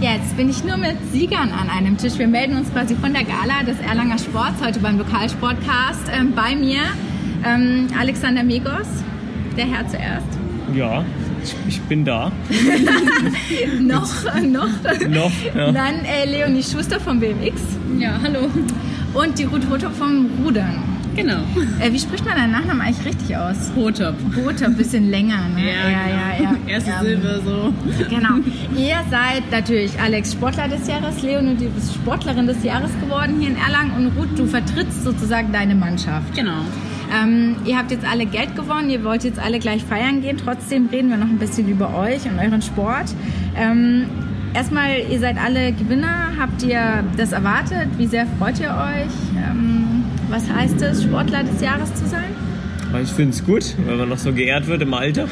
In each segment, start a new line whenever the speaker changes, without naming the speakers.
Jetzt bin ich nur mit Siegern an einem Tisch. Wir melden uns quasi von der Gala des Erlanger Sports heute beim Lokalsportcast. Ähm, bei mir ähm, Alexander Megos, der Herr zuerst.
Ja, ich, ich bin da.
noch, äh, noch.
Noch, ja.
Dann äh, Leonie Schuster vom BMX
Ja, hallo.
und die Ruth Hotop vom Rudern.
Genau.
Äh, wie spricht man deinen Nachnamen eigentlich richtig aus?
Hotop.
Roter, ein bisschen länger, ne?
genau. Erste
Ähm,
Silbe so.
Genau. Ihr seid natürlich Alex Sportler des Jahres, Leonie, du bist Sportlerin des Jahres geworden hier in Erlangen und Ruth, du vertrittst sozusagen deine Mannschaft.
Genau.
Ähm, ihr habt jetzt alle Geld gewonnen, ihr wollt jetzt alle gleich feiern gehen, trotzdem reden wir noch ein bisschen über euch und euren Sport. Ähm, erstmal, ihr seid alle Gewinner, habt ihr das erwartet? Wie sehr freut ihr euch? Ähm, was heißt es, Sportler des Jahres zu sein?
Aber ich finde es gut, weil man noch so geehrt wird im Alter.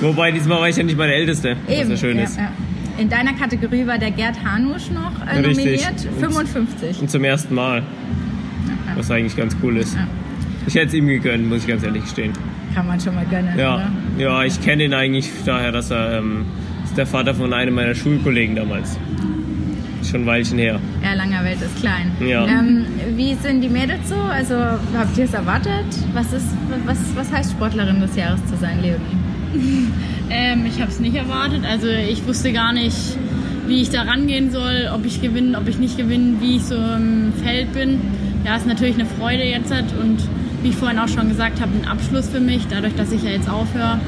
Wobei, diesmal war ich ja nicht mal der Älteste, was ja schön
ja,
ist.
ja. In deiner Kategorie war der Gerd Hanusch noch äh,
Richtig.
nominiert,
Und-
55.
Und zum ersten Mal, was eigentlich ganz cool ist.
Ja.
Ich hätte es ihm gegönnt, muss ich ganz ehrlich gestehen.
Kann man schon mal gönnen.
Ja,
Oder?
ja ich kenne ihn eigentlich daher, dass er ähm, ist der Vater von einem meiner Schulkollegen damals. Schon ein Weilchen her.
Erlanger Welt ist klein.
Ja.
Ähm, wie sind die Mädels so? Also habt ihr es erwartet? Was, ist, was, was heißt Sportlerin des Jahres zu sein, Leonie?
Ähm, ich habe es nicht erwartet. Also ich wusste gar nicht, wie ich da rangehen soll, ob ich gewinne, ob ich nicht gewinne, wie ich so im Feld bin. Ja, ist natürlich eine Freude jetzt hat und wie ich vorhin auch schon gesagt habe, ein Abschluss für mich, dadurch, dass ich ja jetzt aufhöre,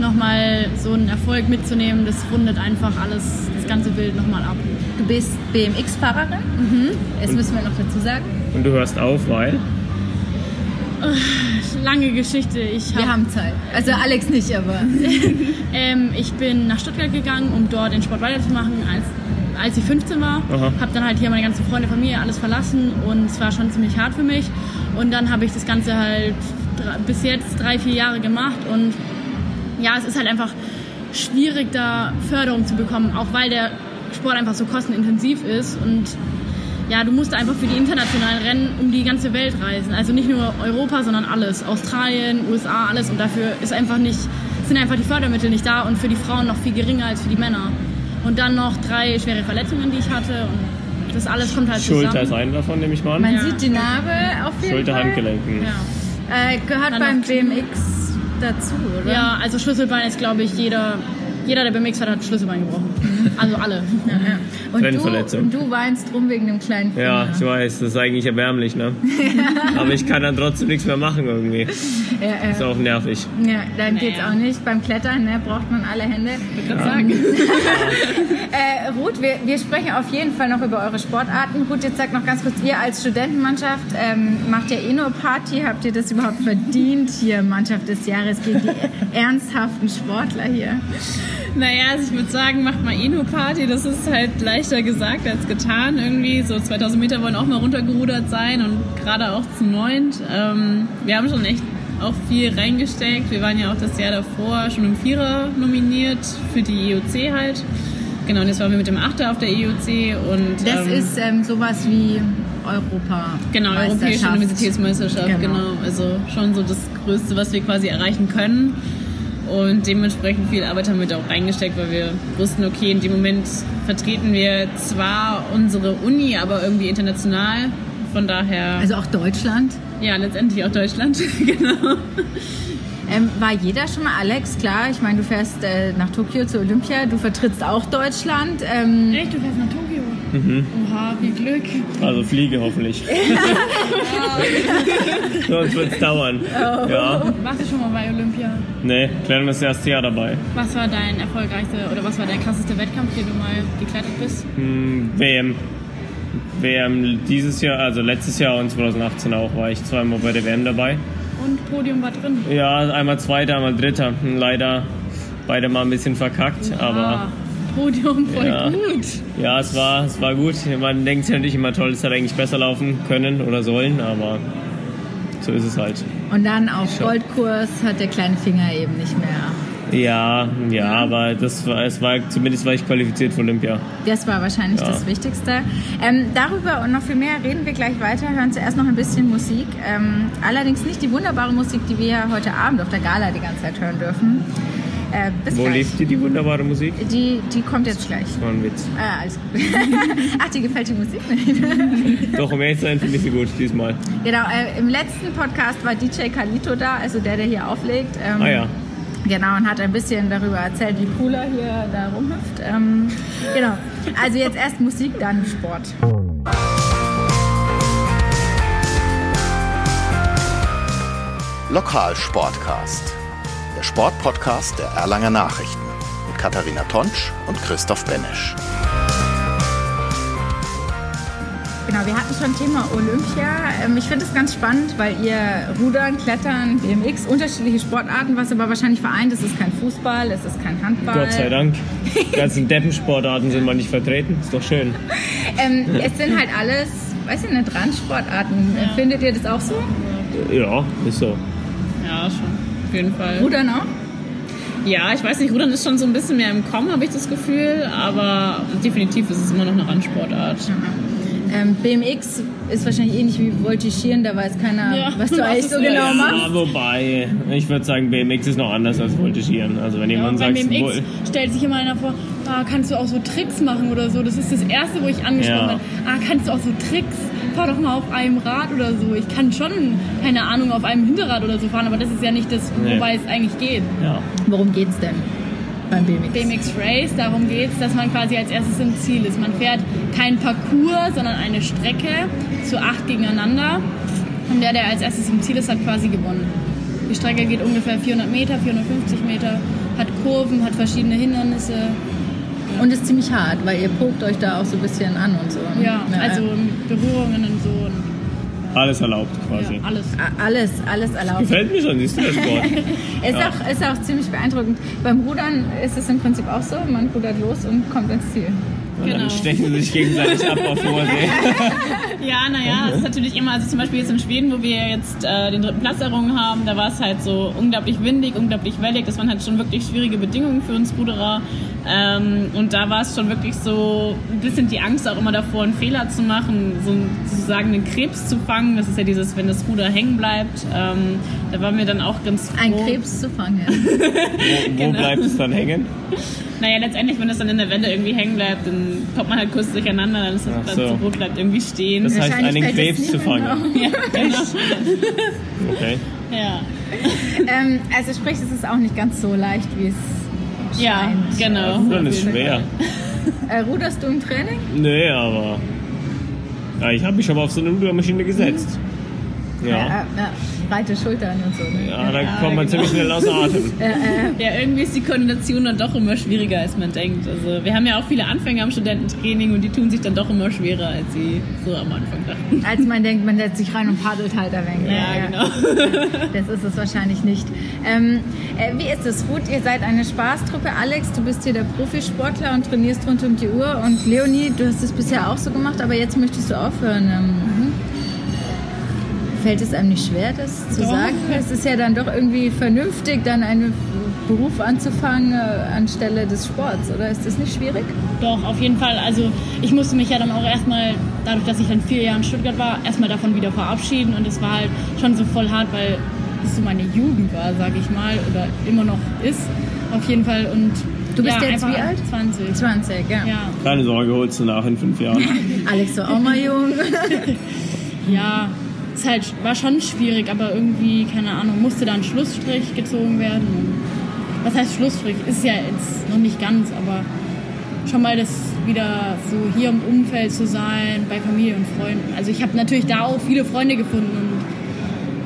nochmal so einen Erfolg mitzunehmen, das rundet einfach alles, das ganze Bild nochmal ab.
Du bist BMX-Fahrerin. Mhm. Das müssen wir noch dazu sagen.
Und du hörst auf, weil.
Lange Geschichte. Ich
Wir
hab,
haben Zeit. Also Alex nicht, aber
ähm, ich bin nach Stuttgart gegangen, um dort den Sport weiterzumachen, als, als ich 15 war.
Aha.
Habe dann halt hier meine ganze Freunde, Familie, alles verlassen und es war schon ziemlich hart für mich. Und dann habe ich das Ganze halt dr- bis jetzt drei, vier Jahre gemacht und ja, es ist halt einfach schwierig, da Förderung zu bekommen, auch weil der Sport einfach so kostenintensiv ist und ja, du musst einfach für die internationalen Rennen um die ganze Welt reisen. Also nicht nur Europa, sondern alles. Australien, USA, alles. Und dafür ist einfach nicht, sind einfach die Fördermittel nicht da und für die Frauen noch viel geringer als für die Männer. Und dann noch drei schwere Verletzungen, die ich hatte. Und das alles kommt halt
Schulter ist
zusammen.
einer davon, nehme ich mal an.
man
Ja.
sieht die Narbe auf jeden
Schulter,
Fall.
Handgelenken.
Ja.
Äh, gehört
Dann
beim
noch
BMX dazu,
ne?
oder?
Ja, also Schlüsselbein ist, glaube ich, jeder, jeder der beim Mix hat, hat Schlüsselbein gebrochen. Also alle.
Ja, ja. Und du,
Trennverletzung.
und du weinst rum wegen dem kleinen Finger.
Ja, ich weiß, das ist eigentlich erbärmlich, ne? Aber ich kann dann trotzdem nichts mehr machen irgendwie.
Ja, ja.
Ist auch nervig.
Ja, dann
Naja.
geht's auch nicht. Beim Klettern ne, braucht man alle Hände. Äh, Ruth, wir, wir sprechen auf jeden Fall noch über eure Sportarten. Ruth, jetzt sag noch ganz kurz, ihr als Studentenmannschaft ähm, macht ja eh nur Party. Habt ihr das überhaupt verdient hier, Mannschaft des Jahres, gegen die ernsthaften Sportler hier?
Naja, also ich würde sagen, macht mal eh nur Party. Das ist halt leichter gesagt als getan irgendwie. So 2000 Meter wollen auch mal runtergerudert sein und gerade auch zu neunt. Ähm, wir haben schon echt auch viel reingesteckt. Wir waren ja auch das Jahr davor schon im Vierer nominiert für die IOC halt. Genau, und jetzt waren wir mit dem Achter auf der IOC und
Das
ähm,
ist ähm, sowas wie Europa.
Genau, Europäische
Meisterschaft.
Universitätsmeisterschaft,
Genau.
genau. Also schon so das Größte, was wir quasi erreichen können. Und dementsprechend viel Arbeit haben wir da auch reingesteckt, weil wir wussten, okay, in dem Moment vertreten wir zwar unsere Uni, aber irgendwie international. Von daher,
Also auch Deutschland.
ja, letztendlich auch Deutschland, genau.
Ähm, war jeder schon mal Alex? Klar, ich meine, du fährst äh, nach Tokio zur Olympia, du vertrittst auch Deutschland. Ähm,
Echt, du fährst nach Tokio?
Mhm.
Oha, wie Glück.
Also fliege hoffentlich. Sonst wird es
Oh.
dauern. Ja.
Warst du schon mal bei Olympia?
Nee, Kleidung ist erst Jahr dabei.
Was war dein erfolgreichster oder was war der krasseste Wettkampf, den du mal geklettert bist?
Hm, WM. WM dieses Jahr, also letztes Jahr und 2018 auch, war ich zweimal bei der WM dabei.
Und Podium war drin.
Ja, einmal Zweiter, einmal Dritter. Hm, Leider beide mal ein bisschen verkackt, aber
Ah, Podium voll
Ja.
gut.
ja, es war, es war gut. Man denkt sich natürlich immer toll, es hätte eigentlich besser laufen können oder sollen, aber so ist es halt.
Und dann auf Goldkurs hat der kleine Finger eben nicht mehr.
Ja, ja, aber das war, es war, zumindest war ich qualifiziert für Olympia.
Das war wahrscheinlich
Ja.
das Wichtigste. Ähm, darüber und noch viel mehr reden wir gleich weiter. Hören zuerst noch ein bisschen Musik. Ähm, allerdings nicht die wunderbare Musik, die wir heute Abend auf der Gala die ganze Zeit hören dürfen. Äh, bis
Wo
gleich.
lief dir die wunderbare Musik?
Die, die kommt jetzt gleich.
Das war ein Witz.
Ah, alles gut. Ach, dir gefällt die Musik nicht.
Doch, um ehrlich zu sein, finde ich sie gut diesmal.
Genau, äh, im letzten Podcast war DJ Kalito da, also der, der hier auflegt. Ähm,
Ah ja.
Genau, und hat ein bisschen darüber erzählt, wie cool er hier da rumhüpft. Ähm, genau, also jetzt erst Musik, dann Sport.
Lokalsportcast. Der Sportpodcast der Erlanger Nachrichten mit Katharina Tonsch und Christoph Benesch.
Genau, wir hatten schon Thema Olympia. Ähm, Ich finde es ganz spannend, weil ihr Rudern, Klettern, BMX, unterschiedliche Sportarten, was aber wahrscheinlich vereint ist, ist kein Fußball, es ist kein Handball.
Gott sei Dank. Die ganzen Deppensportarten sind mal nicht vertreten. Ist doch schön.
Ähm, es sind halt alles, weiß ich nicht, Randsportarten. Findet ihr das auch so?
Ja, ist so.
Ja, schon. Auf jeden Fall.
Rudern auch?
Ja, Ah, ich weiß nicht, Rudern ist schon so ein bisschen mehr im Kommen, habe ich das Gefühl, aber definitiv ist es immer noch eine Randsportart.
Ähm, BMX ist wahrscheinlich ähnlich wie Voltigieren, da weiß keiner,
Ja,
was du
was
eigentlich
es
so genau
ist.
machst.
Ja, wobei, ich würde sagen, BMX ist noch anders als Voltigieren. Also wenn
Ja,
jemand
und beim
sagt,
BMX
Vol-
stellt sich immer einer vor, ah, kannst du auch so Tricks machen oder so. Das ist das Erste, wo ich angesprochen
Ja.
bin. Ah, kannst du auch so Tricks? Fahr doch mal auf einem Rad oder so. Ich kann schon, keine Ahnung, auf einem Hinterrad oder so fahren, aber das ist ja nicht das,
Nee.
wobei es eigentlich geht.
ja.
Worum geht's denn beim BMX?
BMX Race, darum geht es, dass man quasi als erstes im Ziel ist. Man fährt kein Parcours, sondern eine Strecke zu acht gegeneinander. Und der, der als erstes im Ziel ist, hat quasi gewonnen. Die Strecke geht ungefähr 400 Meter, 450 Meter, hat Kurven, hat verschiedene Hindernisse.
Und ist ziemlich hart, weil ihr pokt euch da auch so ein bisschen an und so. ne?
Ja, also Berührungen und so. Und,
alles erlaubt quasi.
ja, alles.
a- Alles, alles erlaubt.
Gefällt mir schon, siehst du, der Sport.
Ist,
Ja.
auch, ist auch ziemlich beeindruckend. Beim Rudern ist es im Prinzip auch so, man rudert los und kommt ins Ziel.
Und
Genau.
dann stechen sie sich gegenseitig ab auf hoher See.
Ja, naja, es ist natürlich immer, also zum Beispiel jetzt in Schweden, wo wir jetzt äh, den dritten Platz errungen haben, da war es halt so unglaublich windig, unglaublich wellig. Das waren halt schon wirklich schwierige Bedingungen für uns Ruderer. Ähm, und da war es schon wirklich so ein bisschen die Angst auch immer davor, einen Fehler zu machen, so einen- sozusagen einen Krebs zu fangen. Das ist ja dieses, wenn das Ruder hängen bleibt. Ähm, da waren wir dann auch ganz froh.
Ein Krebs zu fangen.
Wo, wo
Genau.
bleibt es dann hängen?
Naja, letztendlich, wenn das dann in der Welle irgendwie hängen bleibt, dann kommt man halt kurz durcheinander, dann ist das
Ach
Platz
so.
so. Boot bleibt irgendwie stehen.
Das heißt,
Wahrscheinlich
einen
fällt es
Krebs
nicht
zu
mehr genau.
fangen.
ja, genau.
Okay.
ja.
ähm, also sprich, es ist auch nicht ganz so leicht, wie es
ja,
scheint.
genau.
Dann ist schwer.
Äh, ruderst du im Training?
Nee, aber. Ja, ich habe mich schon mal auf so eine Rudermaschine gesetzt. Ja.
Äh, äh, breite Schultern und so. Ne?
Ja, da kommt man ziemlich schnell außer Atem.
Ja, irgendwie ist die Koordination dann doch immer schwieriger, als man denkt. Also wir haben ja auch viele Anfänger im Studententraining und die tun sich dann doch immer schwerer, als sie so am Anfang dachten.
Als man denkt, man setzt sich rein und paddelt halt ein wenig. Das ist es wahrscheinlich nicht. Ähm, äh, wie ist es? Ruth, ihr seid eine Spaßtruppe. Alex, du bist hier der Profisportler und trainierst rund um die Uhr. Und Leonie, du hast es bisher auch so gemacht, aber jetzt möchtest du aufhören. Ähm, mhm. fällt es einem nicht schwer, das zu
Doch.
sagen? Es ist ja dann doch irgendwie vernünftig, dann einen Beruf anzufangen äh, anstelle des Sports, oder ist das nicht schwierig?
Doch, auf jeden Fall. Also ich musste mich ja dann auch erstmal, dadurch, dass ich dann vier Jahre in Stuttgart war, erstmal davon wieder verabschieden. Und es war halt schon so voll hart, weil es so meine Jugend war, sage ich mal, oder immer noch ist, auf jeden Fall. Und
Du bist
ja,
jetzt
einfach
wie alt?
20.
20, ja.
Ja,
Keine Sorge, holst du nach in fünf Jahren.
Alex war auch mal jung.
ja. Es halt, war schon schwierig, aber irgendwie, keine Ahnung, musste da ein Schlussstrich gezogen werden. Und was heißt Schlussstrich? Ist ja jetzt noch nicht ganz, aber schon mal das wieder so hier im Umfeld zu sein, bei Familie und Freunden. Also ich habe natürlich da auch viele Freunde gefunden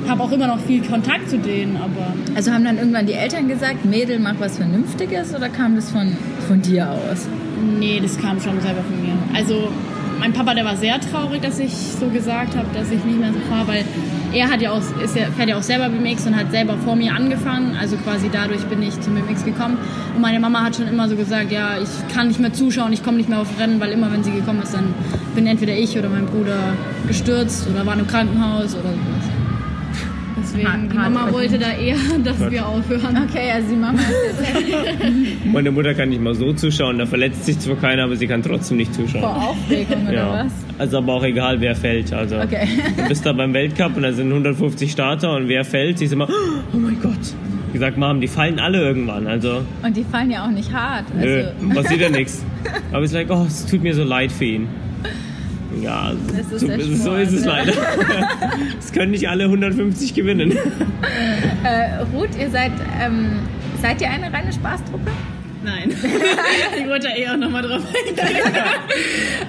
und habe auch immer noch viel Kontakt zu denen, aber
Also haben dann irgendwann die Eltern gesagt, Mädel, mach was Vernünftiges oder kam das von, von dir aus?
Nee, das kam schon selber von mir. Also mein Papa, der war sehr traurig, dass ich so gesagt habe, dass ich nicht mehr so fahre, weil er hat ja auch, ist ja, fährt ja auch selber BMX und hat selber vor mir angefangen. Also quasi dadurch bin ich zum BMX gekommen. Und meine Mama hat schon immer so gesagt, ja, ich kann nicht mehr zuschauen, ich komme nicht mehr auf Rennen, weil immer wenn sie gekommen ist, dann bin entweder ich oder mein Bruder gestürzt oder waren im Krankenhaus oder sowas. Deswegen,
Hart-
die
hart
Mama wollte da eher, dass wir aufhören.
Okay, also die Mama ist jetzt
Meine Mutter kann nicht mal so zuschauen, da verletzt sich zwar keiner, aber sie kann trotzdem nicht zuschauen.
vor Aufregung oder
Ja.
was?
Also aber auch egal, wer fällt. Also
Okay.
du bist da beim Weltcup und da sind 150 Starter und wer fällt, sie ist immer, oh mein Gott, gesagt, Mom, die fallen alle irgendwann. Also,
Und die fallen ja auch nicht hart.
nö,
Also,
passiert ja nichts. Aber ich like, oh, es tut mir so leid für ihn. Ja,
Das ist
so,
der
ist, so
Sport,
ist es
ne?
leider. Es können nicht alle 150 gewinnen.
äh, Ruth, ihr seid, ähm, seid ihr eine reine Spaßtruppe?
Nein. ich wollte da eh auch nochmal drauf eingehen.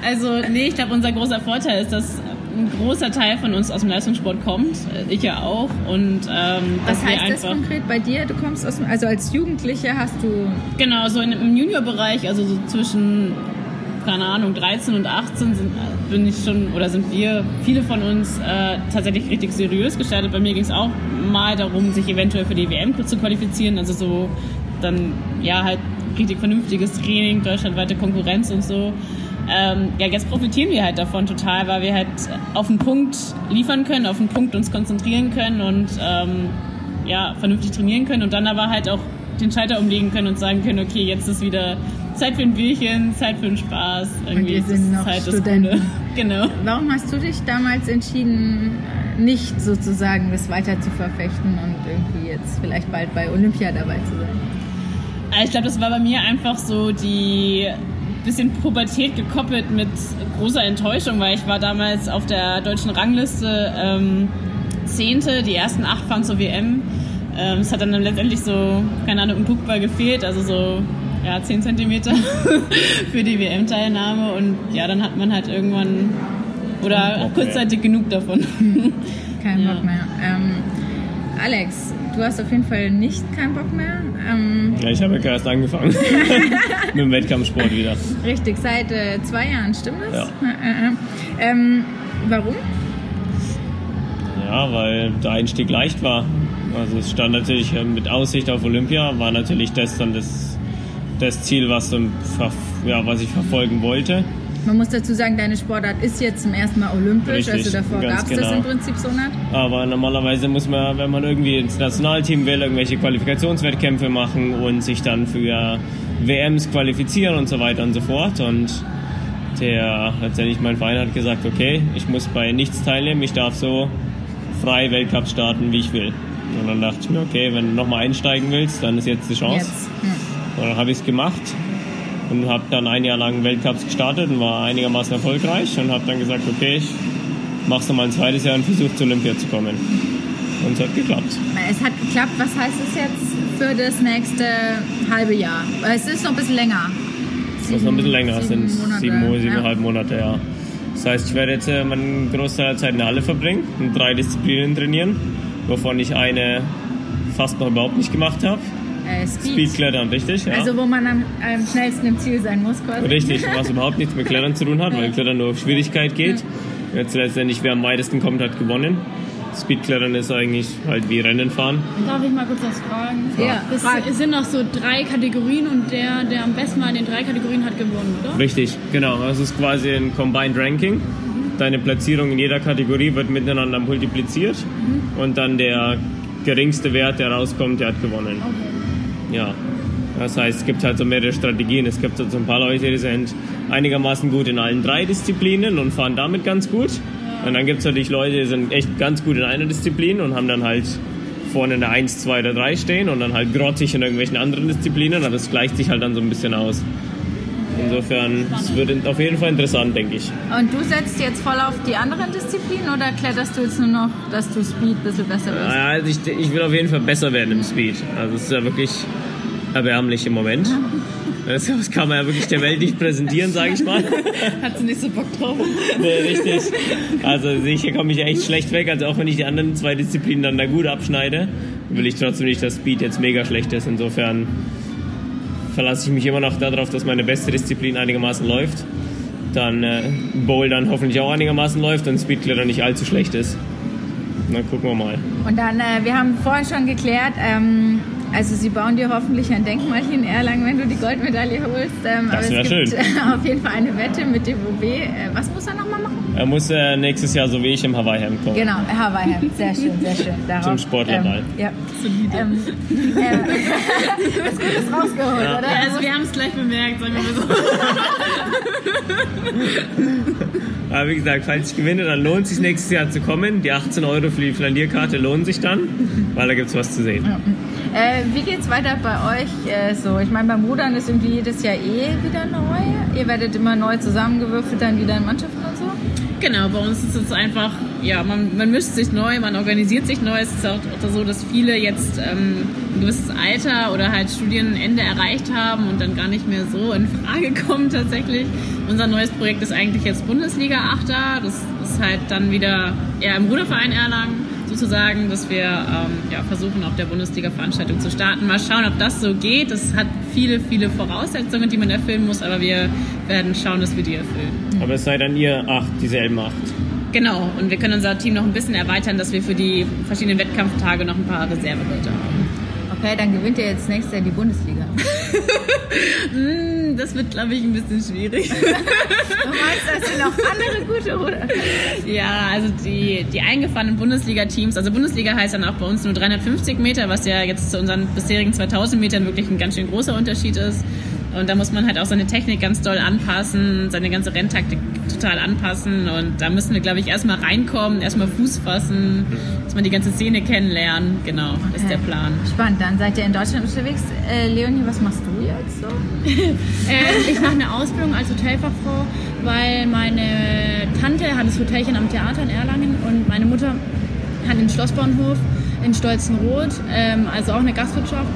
also, nee, ich glaube, unser großer Vorteil ist, dass ein großer Teil von uns aus dem Leistungssport kommt. Ich ja auch. Und ähm,
Was
dass wir
heißt das
einfach.
konkret bei dir? Du kommst aus dem, also als Jugendliche hast du
Genau, so in, im Juniorbereich, also so zwischen, keine Ahnung, 13 und 18 sind, äh, bin ich schon, oder sind wir, viele von uns, äh, tatsächlich richtig seriös gestartet. Bei mir ging es auch mal darum, sich eventuell für die WM zu qualifizieren. Also so dann, ja, halt richtig vernünftiges Training, deutschlandweite Konkurrenz und so. Ähm, ja, jetzt profitieren wir halt davon total, weil wir halt auf den Punkt liefern können, auf den Punkt uns konzentrieren können und ähm, ja, vernünftig trainieren können und dann aber halt auch den Schalter umlegen können und sagen können, okay, jetzt ist wieder Zeit für ein Bierchen, Zeit für den Spaß. Irgendwie
wir
das
sind
ist
noch
halt das
Studenten.
Coole. Genau.
Warum hast du dich damals entschieden, nicht sozusagen das weiter zu verfechten und irgendwie jetzt vielleicht bald bei Olympia dabei zu sein?
Aber Äh, Ich glaube, das war bei mir einfach so die bisschen Pubertät gekoppelt mit großer Enttäuschung, weil ich war damals auf der deutschen Rangliste ähm, Zehnte, die ersten acht fahren zur WM. Ähm, es hat dann letztendlich so, keine Ahnung, ein Puckball gefehlt, also so ja, 10 Zentimeter für die WM-Teilnahme und ja, dann hat man halt irgendwann oder
Okay.
kurzzeitig genug davon.
Kein
Ja.
Bock mehr. Ähm, Alex, du hast auf jeden Fall nicht keinen Bock mehr. Ähm,
Ja, ich habe ja erst angefangen. Mit dem Wettkampfsport wieder.
richtig, seit äh, zwei Jahren, stimmt das?
Ja.
Äh, äh, äh. Ähm, warum?
Ja, weil der Einstieg leicht war. Also es stand natürlich äh, mit Aussicht auf Olympia, war natürlich das dann das, das Ziel, was, dann ver- ja, was ich verfolgen wollte.
Man muss dazu sagen, deine Sportart ist jetzt zum ersten Mal olympisch,
Richtig,
also davor
ganz
gab es das
genau.
im Prinzip so nicht.
Aber normalerweise muss man, wenn man irgendwie ins Nationalteam will, irgendwelche Qualifikationswettkämpfe machen und sich dann für WMs qualifizieren und so weiter und so fort. Und der letztendlich mein Verein hat gesagt, okay, ich muss bei nichts teilnehmen, ich darf so frei Weltcup starten, wie ich will. Und dann dachte ich mir, okay, wenn du nochmal einsteigen willst, dann ist jetzt die Chance.
Jetzt. Hm.
Und dann habe ich es Äh, gemacht und habe dann ein Jahr lang Weltcups gestartet und war einigermaßen erfolgreich und habe dann gesagt, okay, ich mach's nochmal ein zweites Jahr und versuche zur Olympia zu kommen. Und es hat geklappt.
Es hat geklappt. Was heißt es jetzt für das nächste halbe Jahr? Äh, Es ist noch ein bisschen länger.
Das ist noch ein bisschen länger, es sind
Monate,
sieben, Monate,
ja.
siebeneinhalb Monate, ja. Das heißt, ich werde jetzt äh, meinen Großteil der Zeit in der Halle verbringen und drei Disziplinen trainieren, wovon ich eine fast noch überhaupt nicht gemacht habe.
Äh, Speed.
Speedklettern, richtig? Ja.
Also wo man am, am schnellsten im Ziel sein muss quasi.
Richtig, was überhaupt nichts mit Klettern zu tun hat, weil Klettern nur auf Schwierigkeit geht. Jetzt letztendlich, wer am weitesten kommt, hat gewonnen. Speedklettern ist eigentlich halt wie Rennen fahren.
Darf ich mal kurz was fragen?
Ja,
Es
frag.
sind noch so drei Kategorien und der, der am besten mal in den drei Kategorien hat gewonnen, oder?
Richtig, genau. Es ist quasi ein Combined Ranking. Deine Platzierung in jeder Kategorie wird miteinander multipliziert und dann der geringste Wert, der rauskommt, der hat gewonnen. Ja. Das heißt, es gibt halt so mehrere Strategien. Es gibt halt so ein paar Leute, die sind einigermaßen gut in allen drei Disziplinen und fahren damit ganz gut. Und dann gibt es natürlich Leute, die sind echt ganz gut in einer Disziplin und haben dann halt vorne eine 1, 2 oder 3 stehen und dann halt grottig in irgendwelchen anderen Disziplinen, aber es gleicht sich halt dann so ein bisschen aus. Insofern, es wird auf jeden Fall interessant, denke ich.
Und du setzt jetzt voll auf die anderen Disziplinen oder kletterst du jetzt nur noch, dass du Speed ein bisschen besser wirst?
Naja, Also ich, ich will auf jeden Fall besser werden im Speed. Also es ist ja wirklich erbärmlich im Moment. Das das kann man ja wirklich der Welt nicht präsentieren, sage ich mal.
Hat sie nicht so Bock drauf.
Nee, richtig. Also ich komme ich echt schlecht weg. Also auch wenn ich die anderen zwei Disziplinen dann da gut abschneide, will ich trotzdem nicht, dass Speed jetzt mega schlecht ist. Insofern verlasse ich mich immer noch darauf, dass meine beste Disziplin einigermaßen läuft. Dann äh, Bowl dann hoffentlich auch einigermaßen läuft und Speedkletter nicht allzu schlecht ist. Na, gucken wir mal.
Und dann, äh, wir haben vorhin schon geklärt, ähm, also sie bauen dir hoffentlich ein Denkmal hier in Erlangen, wenn du die Goldmedaille holst. Ähm,
Das
aber es
wär
gibt
schön.
äh, auf jeden Fall eine Wette mit dem OB. Äh, was muss er nochmal machen?
Er muss äh, nächstes Jahr so wie ich im Hawaii-Hemd kommen.
Genau, Hawaii-Hemd. Sehr schön, sehr schön. Darauf,
Zum Sportlerball.
Ähm, ja. Ähm, äh, was Gutes rausgeholt, oder?
Ja, also wir haben es gleich bemerkt, sagen wir mal so.
Aber wie gesagt, falls ich gewinne, dann lohnt es sich nächstes Jahr zu kommen. Die 18 Euro für die Flanierkarte lohnen sich dann, weil da gibt es was zu sehen.
Äh, wie geht's weiter bei euch äh, so? Ich meine, beim Rudern ist irgendwie jedes Jahr eh wieder neu. Ihr werdet immer neu zusammengewürfelt, dann wieder in Mannschaften und so.
Genau, bei uns ist es einfach, ja, man, man mischt sich neu, man organisiert sich neu. Es ist auch so, dass viele jetzt ähm, ein gewisses Alter oder halt Studienende erreicht haben und dann gar nicht mehr so in Frage kommen tatsächlich. Unser neues Projekt ist eigentlich jetzt Bundesliga-Achter. Das ist halt dann wieder eher im Ruderverein Erlangen sozusagen, dass wir ähm, ja, versuchen, auf der Bundesliga-Veranstaltung zu starten. Mal schauen, ob das so geht. Das hat viele, viele Voraussetzungen, die man erfüllen muss, aber wir werden schauen, dass wir die erfüllen.
Aber es sei dann ihr acht, dieselben acht.
Genau, und wir können unser Team noch ein bisschen erweitern, dass wir für die verschiedenen Wettkampftage noch ein paar Reservebilder haben.
Okay, dann gewinnt ihr jetzt nächstes Jahr die Bundesliga.
Hm, Das wird, glaube ich, ein bisschen schwierig.
Du meinst, das sind auch andere gute Ruder.
Ja, also die, die eingefahrenen Bundesliga-Teams, also Bundesliga heißt dann auch bei uns nur 350 Meter, was ja jetzt zu unseren bisherigen 2000 Metern wirklich ein ganz schön großer Unterschied ist. Und da muss man halt auch seine Technik ganz doll anpassen, seine ganze Renntaktik total anpassen. Und da müssen wir, glaube ich, erstmal reinkommen, erstmal Fuß fassen, dass man die ganze Szene kennenlernen. Genau, ist der Plan.
Spannend, dann seid ihr in Deutschland unterwegs. Äh, Leonie, was machst du jetzt so?
Äh, ich mache eine Ausbildung als Hotelfachfrau, weil meine Tante hat das Hotelchen am Theater in Erlangen und meine Mutter hat den Schlossbahnhof in Stolzenroth, ähm, also auch eine Gastwirtschaft.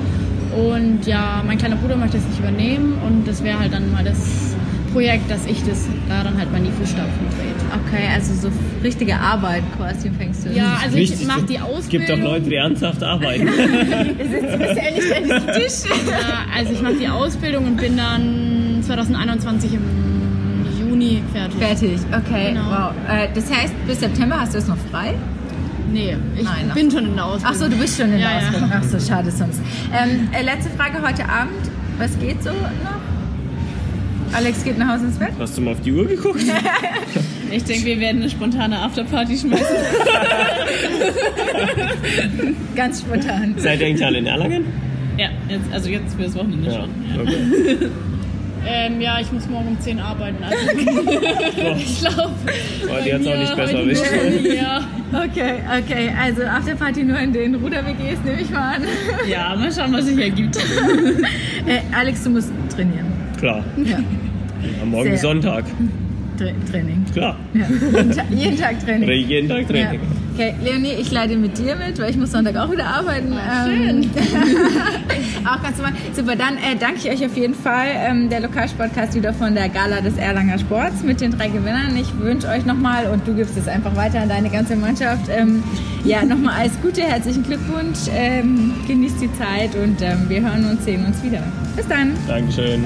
Und ja, mein kleiner Bruder möchte das nicht übernehmen und das wäre halt dann mal das Projekt, dass ich das da dann halt mal in die Fußstapfen trete.
Okay, also so richtige Arbeit quasi fängst du
Ja, also ich
Richtig,
mache die
Es
Ausbildung.
gibt auch Leute, die ernsthaft arbeiten.
Ja, also ich mache die Ausbildung und bin dann 2021 im Juni fertig.
Fertig, okay,
Genau.
wow. Äh, das heißt, bis September hast du es noch frei?
Nee, ich
Nein, ach
bin schon in der Ausbildung.
Ach so, du bist schon in der
Ja, ja.
Ausbildung. Ach so, schade sonst. Ähm, äh, letzte Frage heute Abend. Was geht so noch? Alex geht nach Hause ins Bett.
Hast du mal auf die Uhr geguckt?
Ich denke, wir werden eine spontane Afterparty schmeißen.
Ganz spontan.
Seid ihr eigentlich alle in Erlangen?
ja, jetzt, also jetzt fürs Wochenende schon.
Okay.
Ähm, ja, ich muss morgen um 10 arbeiten. Also ich glaube.
Aber die hat's auch nicht besser erwischt.
Ja.
Okay, okay. Also Afterparty nur in den Ruder-WGs, nehme ich mal an.
Ja, mal schauen, was sich ergibt.
Äh, Alex, du musst trainieren.
Klar.
Ja,
Am Morgen
Sehr.
Sonntag.
Tra Training.
Klar.
Ja. Jeden, Ta jeden Tag Training.
Oder jeden Tag
Ja.
Training.
Okay, Leonie, ich leide mit dir mit, weil ich muss Sonntag auch wieder arbeiten. schön. auch ganz normal. Super, dann äh, danke ich euch auf jeden Fall. Ähm, der Lokalsportcast wieder von der Gala des Erlanger Sports mit den drei Gewinnern. Ich wünsche euch nochmal und du gibst es einfach weiter an deine ganze Mannschaft. Ähm, ja, nochmal alles Gute, herzlichen Glückwunsch. Ähm, genießt die Zeit und ähm, wir hören uns, sehen uns wieder. Bis dann.
Dankeschön.